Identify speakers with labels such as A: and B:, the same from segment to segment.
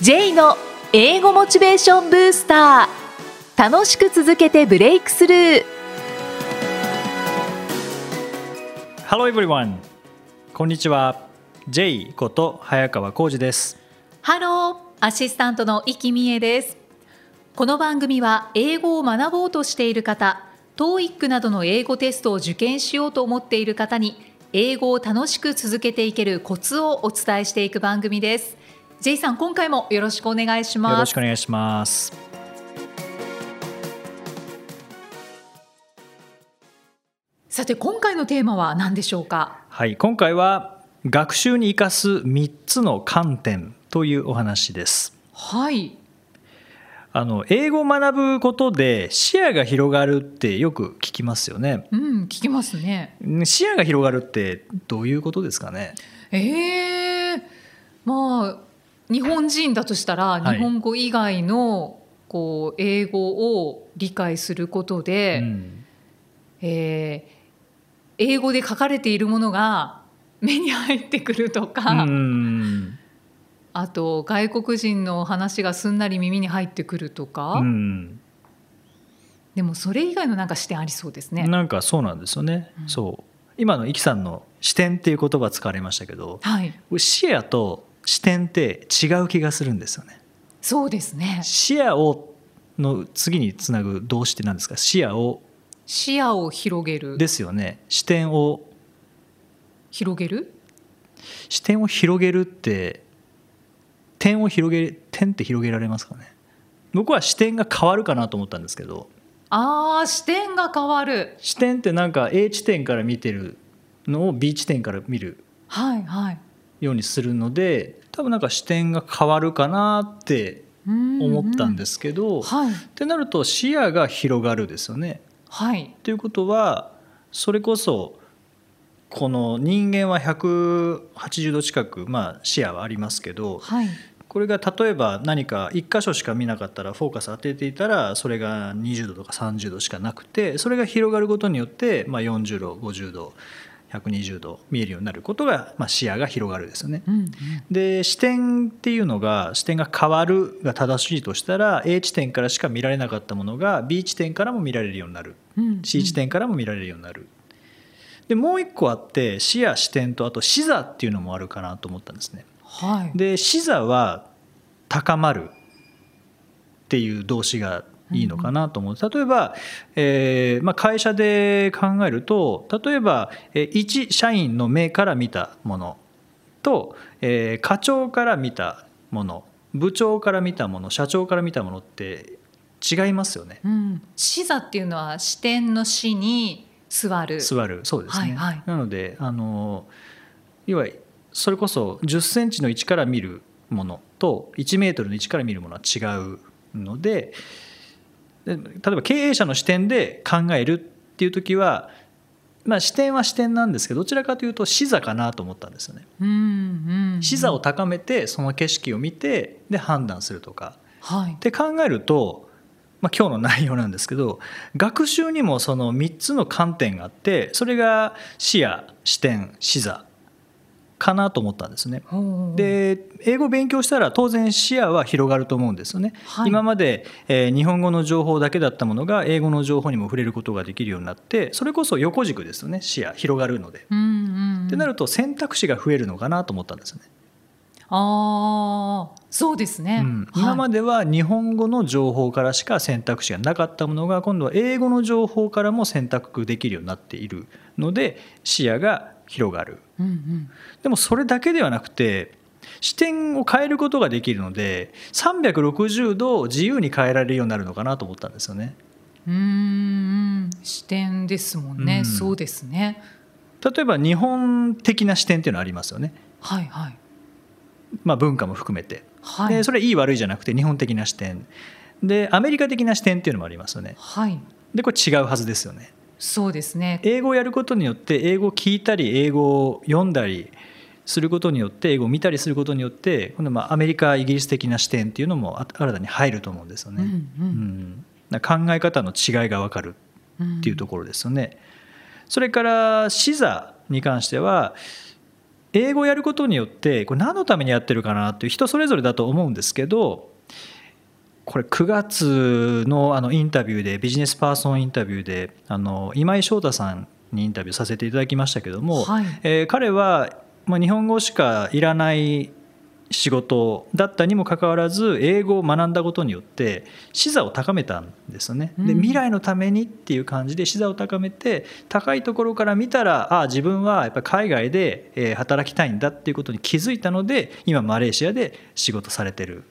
A: J の英語モチベーションブースター楽しく続けてブレイクスルー
B: Hello everyone こんにちは J こと早川浩二です
A: ハローアシスタントの生きみえですこの番組は英語を学ぼうとしている方 TOEIC などの英語テストを受験しようと思っている方に英語を楽しく続けていけるコツをお伝えしていく番組です J さん今回もよろしくお願いし
B: よ
A: ま
B: ろ
A: す
B: しくお願いします
A: さて今回のテーマは何でしょうか
B: はい今回は学習に生かす3つの観点というお話です
A: はい
B: あの英語を学ぶことで視野が広がるってよく聞きますよね
A: うん聞きますね
B: ん視野が広がるってどういうことですかね
A: ええまあ日本人だとしたら
B: はい
A: 日本語以外のこう英語を理解することで、
B: うん
A: えー英語で書かれているものが目に入ってくるとか、
B: うん
A: あと外国人の話がすんなり耳に入ってくるとか、
B: うん
A: でもそれ以外のなんか視点ありそうですね。
B: なんかそうなんですよね、
A: ん
B: そう今のイキさんの視点っていう言葉使われましたけど
A: はい、
B: 視野と視点って違う気がするんですよね
A: そうですね。
B: 視野をの次につなぐ動詞って何ですか視野を
A: 視野を広げる、
B: ですよね視点を
A: 広げる、
B: 視点を広げるって点を広げ点って広げられますかね僕は視点が変わるかなと思ったんですけど
A: ああ視点が変わる。
B: 視点ってなんか A 地点から見てるのを B 地点から見る
A: はいはい。
B: ようにするので多分なんか視点が変わるかなって思
A: 思。
B: ったんですすけど、
A: はい
B: ってなると視野が広がるですよね。
A: はい
B: ということはそれこそこの人間は180度近く、まあ、視野はありますけど
A: はい。
B: これが例えば何か1箇所しか見なかったらフォーカス当てていたらそれが20度とか30度しかなくてそれが広がることによって、まあ、40度50度120度見えるようになることが、まあ、視野が広がるですよね。
A: うんうん
B: で視点っていうのが視点が変わるが正しいとしたら A 地点からしか見られなかったものが B 地点からも見られるようになる
A: うんうん
B: C 地点からも見られるようになる。でもう一個あって視野視点とあと視座っていうのもあるかなと思ったんですね。
A: はい。
B: で視座は高まるっていう動詞がいいのかなと思う、例えば、えーまあ、会社で考えると例えば、えー一社員の目から見たものと、えー課長から見たもの部長から見たもの社長から見たものって違いますよね
A: うん。視座っていうのは視点の視に座る。
B: 座るそうです
A: は
B: ね、
A: いはい
B: なのであの要はそれこそ1 0ンチの位置から見るものと1メートルの位置から見るものは違うのでで例えば経営者の視点で考えるっていう時は、まあ、視点は視点なんですけどどちらかというと視座かなと思ったんですよね。
A: うんうんうん。
B: 視座を高めてその景色を見てで判断するとか
A: はい
B: っ。て考えると、まあ、今日の内容なんですけど学習にもその3つの観点があってそれが視野視点視座かなと思ったんですね。
A: ほうほうほう、
B: で英語を勉強したら当然視野は広がると思うんですよね、
A: はい
B: 今まで、えー日本語の情報だけだったものが英語の情報にも触れることができるようになってそれこそ横軸ですよね視野広がるので。
A: うんうんうん。
B: ってなると選択肢が増えるのかなと思ったんですよね。
A: ああ、そうですね。
B: うん、
A: はい
B: 今までは日本語の情報からしか選択肢がなかったものが今度は英語の情報からも選択できるようになっているので視野が広がる
A: うんうん。
B: でもそれだけではなくて視点を変えることができるので360度自由に変えられるようになるのかなと思ったんですよね。
A: うーん視点ですもんね、
B: うん
A: そうですね
B: 例えば日本的な視点っていうのはありますよね、
A: はいはい
B: まあ、文化も含めて、
A: はい
B: でそれいい悪いじゃなくて日本的な視点でアメリカ的な視点っていうのもありますよね
A: はい
B: でこれ違うはずですよね。
A: そうですね
B: 英語をやることによって英語を聞いたり英語を読んだりすることによって英語を見たりすることによって今度まあアメリカイギリス的な視点っていうのもあ新たに入ると思うんですよ
A: うんう
B: ね。うんんだから考え方の違いが分かる
A: うん
B: っていうところですよね。それから視座に関しては英語をやることによってこれ何のためにやってるかなっていう人それぞれだと思うんですけどこれ9月のあのインタビューでビジネスパーソンインタビューであの今井翔太さんにインタビューさせていただきましたけども、
A: はい
B: えー彼は、まあ、日本語しかいらない仕事だったにもかかわらず英語を学んだことによって視座を高めたんですよね。
A: うん
B: で未来のためにっていう感じで視座を高めて高いところから見たらああ自分はやっぱり海外でえー働きたいんだっていうことに気づいたので今マレーシアで仕事されてる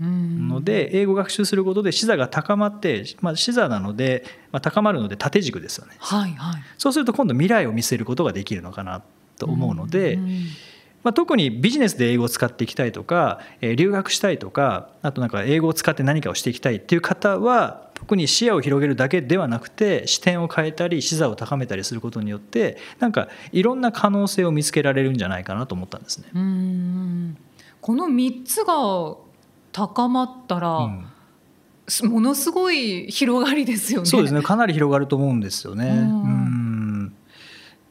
A: うん
B: ので、英語学習することで視座が高まって、まあ、視座なので、まあ、高まるので縦軸ですよね
A: はいはい
B: そうすると今度未来を見せることができるのかなと思うので、
A: ん
B: まあ、特にビジネスで英語を使っていきたいとか、えー留学したいとかあとなんか英語を使って何かをしていきたいっていう方は特に視野を広げるだけではなくて視点を変えたり視座を高めたりすることによってなんかいろんな可能性を見つけられるんじゃないかなと思ったんですね。
A: うんうんこの3つが高まったら、
B: うん
A: すものすごい広がりですよね。
B: そうですね、かなり広がると思うんですよね。
A: う
B: うんん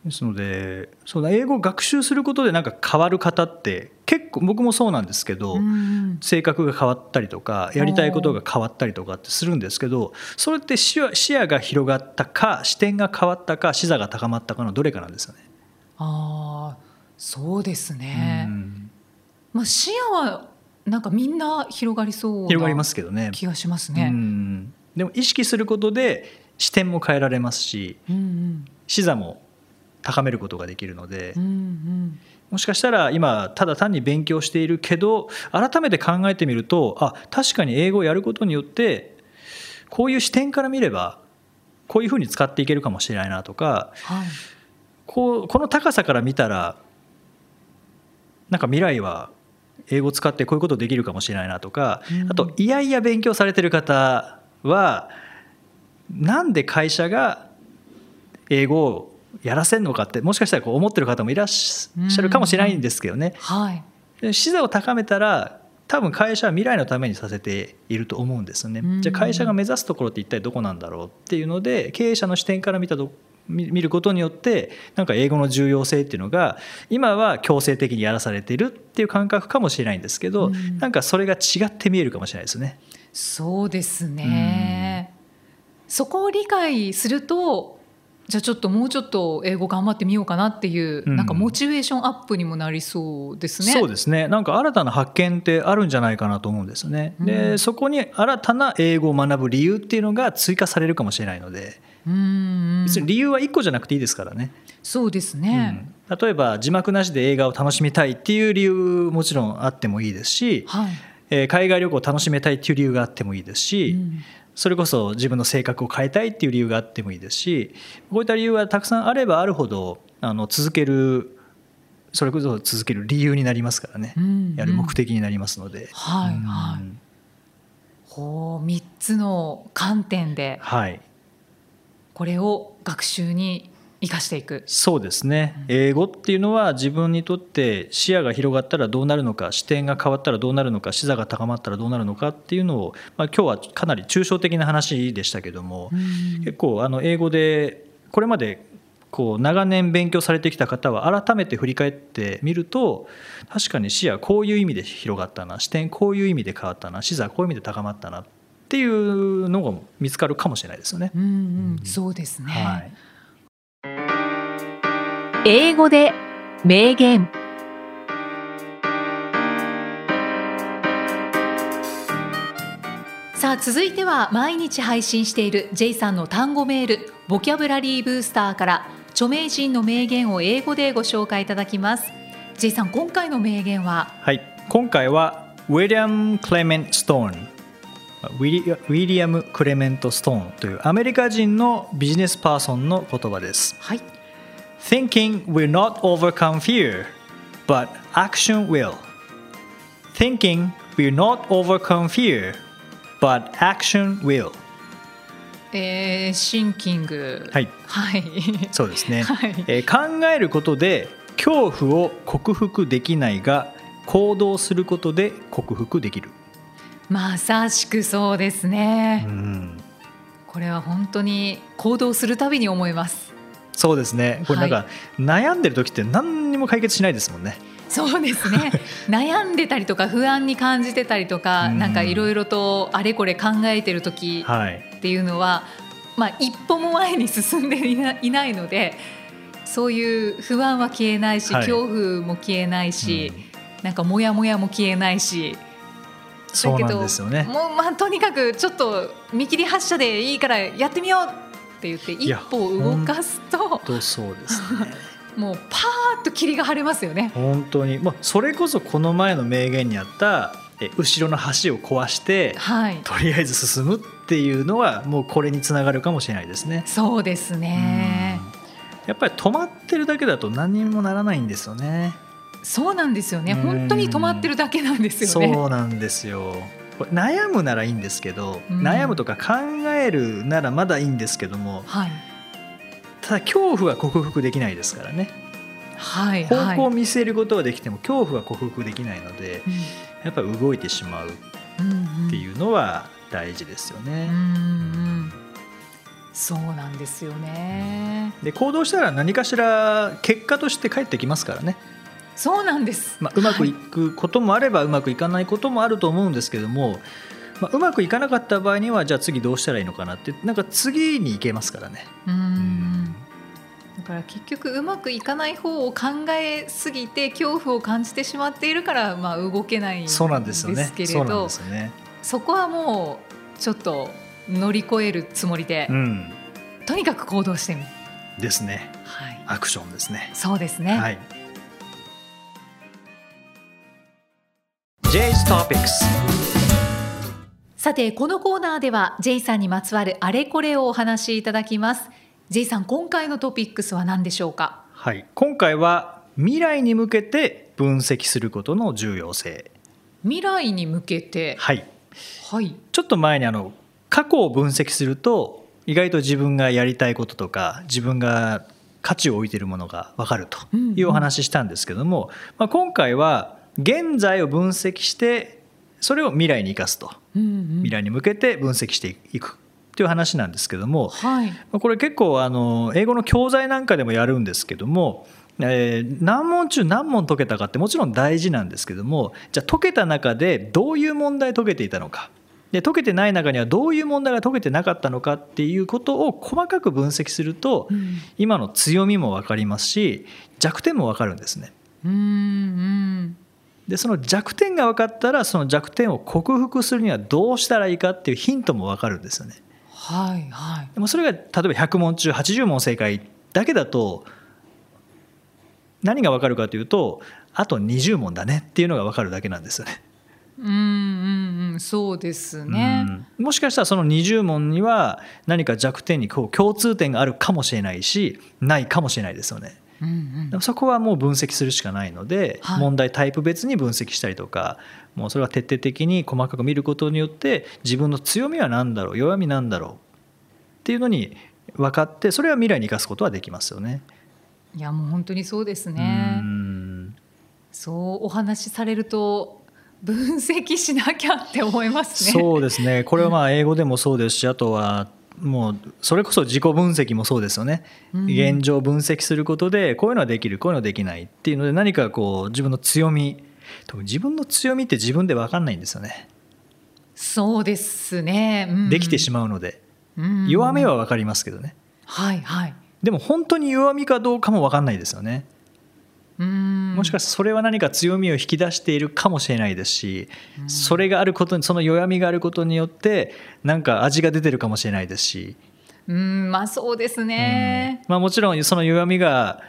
B: ですのでそうだ英語を学習することでなんか変わる方って結構僕もそうなんですけど、
A: うん
B: 性格が変わったりとかやりたいことが変わったりとかってするんですけどそれって視野視野が広がったか視点が変わったか視座が高まったかのどれかなんですよね。
A: ああそうです
B: う
A: ね。
B: ん
A: まあ視野はなんかみんな広がりそうな
B: 広がりますけどね
A: 気がします
B: う
A: ね。
B: んでも意識することで視点も変えられますし
A: うんうん
B: 視座も高めることができるので
A: うんうん
B: もしかしたら今ただ単に勉強しているけど改めて考えてみるとあ確かに英語をやることによってこういう視点から見ればこういうふうに使っていけるかもしれないなとか
A: はい。
B: こうこの高さから見たらなんか未来は英語を使ってこういうことできるかもしれないなとか、
A: うん
B: あといやいや勉強されてる方はなんで会社が英語をやらせんのかってもしかしたらこう思ってる方もいらっしゃるかもしれないんですけどね、
A: はい。
B: で視座を高めたら多分会社は未来のためにさせていると思うんですよね、
A: うん
B: じゃあ会社が目指すところって一体どこなんだろうっていうので経営者の視点から見たと見見ることによってなんか英語の重要性っていうのが今は強制的にやらされてるっていう感覚かもしれないんですけど、
A: うん
B: なんかそれが違って見えるかもしれないですね。
A: そうですね。そこを理解すると。じゃあちょっともうちょっと英語頑張ってみようかなっていう、
B: うん
A: なんかモチベーションアップにもなりそうですね。
B: そうですねなんか新たな発見ってあるんじゃないかなと思うんですよね。
A: うん
B: でそこに新たな英語を学ぶ理由っていうのが追加されるかもしれないので
A: うんうん
B: 別に理由は1個じゃなくていいですからね。
A: そうですね。
B: うん例えば字幕なしで映画を楽しみたいっていう理由もちろんあってもいいですし、
A: はい。
B: えー海外旅行を楽しめたいっていう理由があってもいいですし、
A: うん
B: それこそ自分の性格を変えたいっていう理由があってもいいですしこういった理由がたくさんあればあるほどあの続けるそれこそ続ける理由になりますからね、
A: うん
B: やる目的になりますので。
A: はい
B: うん
A: はいほう3つの観点で
B: はい
A: これを学習に生かしていく。
B: そうですね、英語っていうのは自分にとって視野が広がったらどうなるのか視点が変わったらどうなるのか視座が高まったらどうなるのかっていうのを、まあ、今日はかなり抽象的な話でしたけども、結構あの英語でこれまでこう長年勉強されてきた方は改めて振り返ってみると確かに視野こういう意味で広がったな視点こういう意味で変わったな視座こういう意味で高まったなっていうのが見つかるかもしれないですよね。
A: うんうん
B: うん
A: そうですね、
B: はい
A: 英語で名言さあ続いては毎日配信している J さんの単語メールボキャブラリーブースターから著名人の名言を英語でご紹介いただきます J さん今回の名言は
B: はい、今回はウィリアム・クレメント・ストーンウィリウィリアム・クレメント・ストーンというアメリカ人のビジネスパーソンの言葉です
A: はい
B: Thinking will not overcome fear but action will Thinking will not overcome fear but action will
A: えー、シンキング
B: はい
A: はい、
B: そうですね、
A: はい
B: えー考えることで恐怖を克服できないが行動することで克服できる、
A: まさしくそうですね、
B: うん
A: これは本当に行動するたびに思います
B: そうですね。これなんか悩んでる時って何にも解決しないですもんね。
A: そうですね悩んでたりとか不安に感じてたりとか、
B: うん
A: なんかいろいろとあれこれ考えてる時
B: はい。
A: っていうのは、まあ、一歩も前に進んでいないないのでそういう不安は消えないし、
B: はい
A: 恐怖も消えないし、
B: うん
A: なんかモヤモヤも消えないし
B: そう
A: だ
B: な
A: け
B: ん
A: ど
B: ですよね。
A: もうまあとにかくちょっと見切り発車でいいからやってみようって言って
B: い
A: 一
B: や
A: 歩動かすと
B: とそうですね。
A: もうパーッと霧が晴れますよね。
B: 本当に、まあ、それこそこの前の名言にあったえ後ろの橋を壊して
A: はい
B: とりあえず進むっていうのはもうこれにつながるかもしれないですね。
A: そうですね
B: うんやっぱり止まってるだけだと何にもならないんですよね。
A: そうなんですよね
B: うん
A: 本当に止まってるだけなんですよね
B: そうなんですよ。これ悩むならいいんですけど、
A: うん
B: 悩むとか考えるならまだいいんですけども
A: はい
B: ただ恐怖は克服できないですからね
A: はいは
B: 方
A: い
B: 向を見据えることはできても恐怖は克服できないのでやっぱ動いてしまう
A: うん
B: っていうのは大事ですよ
A: うん
B: ね。
A: うんうんそうなんですよね
B: で行動したら何かしら結果として返ってきますからね、
A: そうなんです
B: まあ、うまく
A: はい
B: くこともあればうまくいかないこともあると思うんですけども、まあ、うまくいかなかった場合にはじゃあ次どうしたらいいのかなってなんか次に行けますからね。
A: いうんだから結局うまくいかない方を考えすぎて恐怖を感じてしまっているから、まあ、動けないんです
B: そ
A: け
B: う
A: れ
B: なんですよね。そうなん
A: ど
B: で
A: そ
B: すよね。
A: こはもうちょっと乗り越えるつもりで、
B: うん。
A: とにかく行動してみる、
B: ですね。
A: はい、
B: アクションですね。
A: そうですね、
B: はい。J's Topics。
A: さてこのコーナーでは J さんにまつわるあれこれをお話しいただきます J さん今回のトピックスは何でしょうか
B: はい。今回は未来に向けて分析することの重要性。
A: 未来に向けて
B: はい。
A: はい
B: ちょっと前にあの過去を分析すると意外と自分がやりたいこととか自分が価値を置いているものが分かると
A: うん
B: いうお話ししたんですけども、まあ、今回は現在を分析してそれを未来に生かすと
A: うんうん
B: 未来に向けて分析していくという話なんですけども
A: はい
B: まあこれ結構あの英語の教材なんかでもやるんですけども、えー何問中何問解けたかってもちろん大事なんですけどもじゃあ解けた中でどういう問題解けていたのかで解けてない中にはどういう問題が解けてなかったのかっていうことを細かく分析すると
A: うん
B: 今の強みも分かりますし弱点も分かるんですね。
A: うんうん
B: でその弱点が分かったらその弱点を克服するにはどうしたらいいかっていうヒントも分かるんですよね。
A: はいはい
B: でもそれが例えば100問中80問正解だけだと何が分かるかというとあと20問だねっていうのが分かるだけなんですよね。
A: うんうんうんそうですね。
B: うんもしかしたらその20問には何か弱点にこう共通点があるかもしれないしないかもしれないですよね。
A: うん
B: でもそこはもう分析するしかないので、
A: はい
B: 問題タイプ別に分析したりとかもうそれは徹底的に細かく見ることによって自分の強みは何だろう弱みなんだろうっていうのに分かってそれは未来に生かすことはできますよね。
A: うん、いやもう本当にそうです
B: う
A: ね
B: ー。ん
A: そうお話しされると分析しなきゃって思いますね。
B: そうです ねこれはまあ英語でもそうですしあとはもうそれこそ自己分析もそうですよね、
A: うん
B: 現状分析することでこういうのはできるこういうのはできないっていうので何かこう自分の強み多分自分の強みって自分で分かんないんですよね
A: そうですね。うん
B: できてしまうので、
A: うん
B: 弱みは分かりますけどね
A: はいはい。
B: でも本当に弱みかどうかも分かんないですよね
A: うん
B: もしか
A: し
B: したらそれは何か強みを引き出しているかもしれないですし
A: うん
B: それがあることにその弱みがあることによってなんか味が出てるかもしれないですし、
A: うんまあそうです
B: う
A: ね
B: ん。まあ、もちろんその弱みが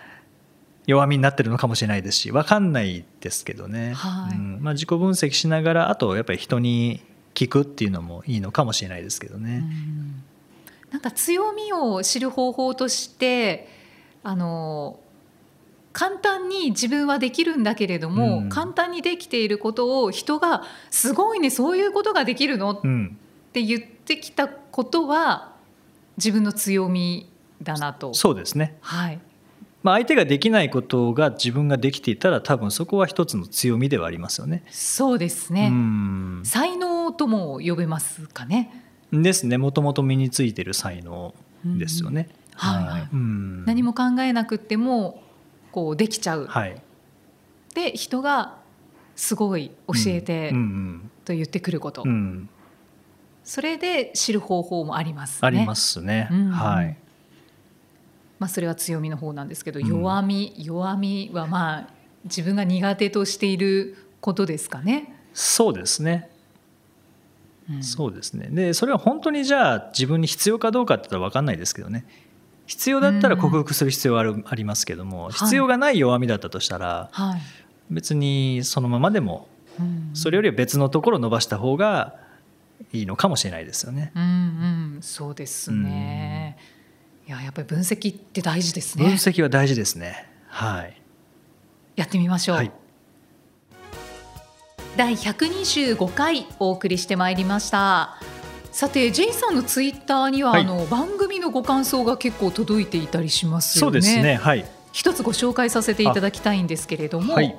B: 弱みになってるのかもしれないですし分かんないですけどね、
A: はい
B: うんまあ、自己分析しながらあとやっぱり人に聞くっていうのもいいのかもしれないですけど
A: う
B: ね。
A: んなんか強みを知る方法としてあの簡単に自分はできるんだけれども、
B: うん
A: 簡単にできていることを人が「すごいねそういうことができるの?」っ
B: うん
A: て言ってきたことは自分の強みだなと。
B: そうですね
A: はい、
B: まあ、相手ができないことが自分ができていたら多分そこは一つの強みではありますよね。
A: そうですね、
B: うん
A: 才能とも呼べますかね。
B: ですねもともと身についてる才能ですよね。
A: はいはい
B: うん
A: 何も考えなくってもこうできちゃう、
B: はい
A: で人がすごい教えて
B: うんうん
A: と言ってくること、
B: うんうん
A: それで知る方法もありますね。
B: ありますね
A: うん
B: はい
A: まあ、それは強みの方なんですけど
B: うん
A: 弱み、弱みはまあ自分が苦手としていることですかね。
B: そうですね
A: うん
B: そうですねでそれは本当にじゃあ自分に必要かどうかって言ったら分かんないですけどね必要だったら克服する必要はあるありますけども
A: い
B: 必要がない弱みだったとしたら
A: はい
B: 別にそのままでも
A: うん
B: それよりは別のところを伸ばした方がいいのかもしれないですよね。
A: うんうん、そうですね。いや、やっぱり分析って大事です
B: 分
A: ね。
B: 析は大事ですね。はい。
A: やってみましょう。
B: はい。
A: 第125回お送りしてまいりました。さて、ジェイさんのツイッターには、
B: はい
A: あの番組のご感想が結構届いていたりします
B: そ
A: よ
B: う
A: ね。
B: ですね。はい。
A: 一つご紹介させていただきたいんですけれども、
B: はい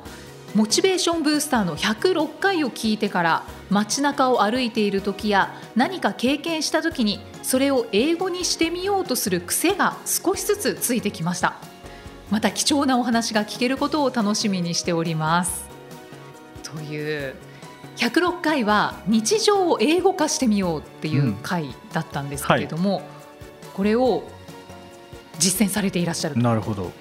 A: モチベーションブースターの106回を聞いてから街中を歩いている時や何か経験した時にそれを英語にしてみようとする癖が少しずつついてきましたまた貴重なお話が聞けることを楽しみにしておりますという106回は日常を英語化してみようっていう回だったんですけれども、これを実践されていらっしゃると
B: なるほど。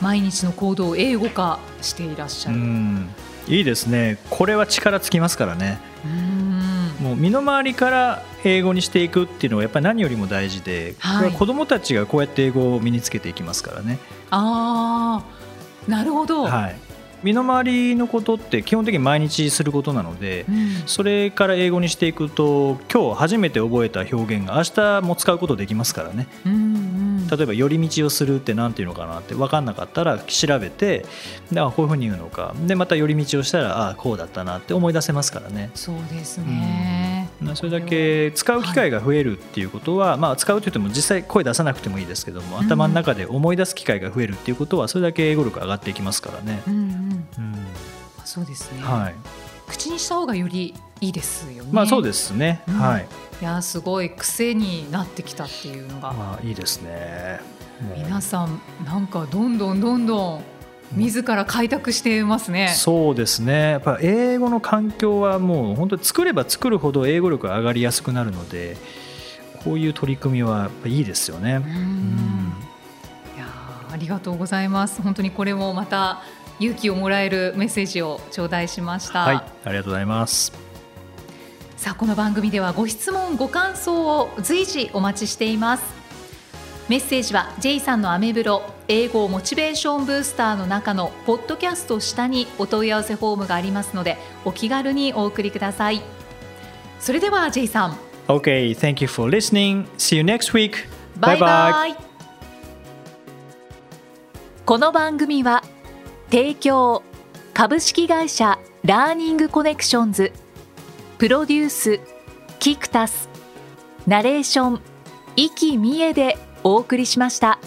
A: 毎日の行動を英語化していらっし
B: う
A: ゃる。
B: ん。いいですね。これは力つきますからね。
A: うーん
B: もう身の回りから英語にしていくっていうのはやっぱり何よりも大事で、
A: はい
B: これは子どもたちがこうやって英語を身につけていきますからね。
A: ああ、なるほど。
B: はい。身の回りのことって基本的に毎日することなので
A: う、ん
B: それから英語にしていくと今日初めて覚えた表現が明日も使うことできますからね
A: うんうん
B: 例えば寄り道をするって何ていうのかなって分かんなかったら調べてであこういうふうに言うのかでまた寄り道をしたらあこうだったなって思い出せますからね
A: そうですね。
B: まあそれだけ使う機会が増えるっていうことは、まあ、使うといっても実際声出さなくてもいいですけども
A: うん
B: 頭の中で思い出す機会が増えるっていうことはそれだけ英語力上がっていきますからね。
A: うんうん、
B: うん
A: そうですね、
B: はい
A: 口にした方がよりいいですよね。
B: まあ、そう
A: す。
B: ですね、
A: うん
B: はい、
A: いやー、すごい癖になってきたっていうのが、
B: まあ、いいですね。もう
A: 皆さんなんかどんどんどんどん自ら開拓してますね。
B: そうですねやっぱ英語の環境はもう本当に作れば作るほど英語力が上がりやすくなるのでこういう取り組みはやっぱいいですよ
A: う
B: ね。
A: んいやーありがとうございます。本当にこれもまた勇気をもらえるメッセージを頂戴しました。
B: はい、ありがとうございます。
A: さあこの番組ではご質問ご感想を随時お待ちしています。メッセージは J さんのアメブロ英語モチベーションブースターの中のポッドキャスト下にお問い合わせフォームがありますのでお気軽にお送りください。それでは J さん
B: Okay, thank you for listening. See you next week.
A: バイバイこの番組は提供株式会社ラーニングコネクションズプロデュースキクタスナレーション生きみえでお送りしました。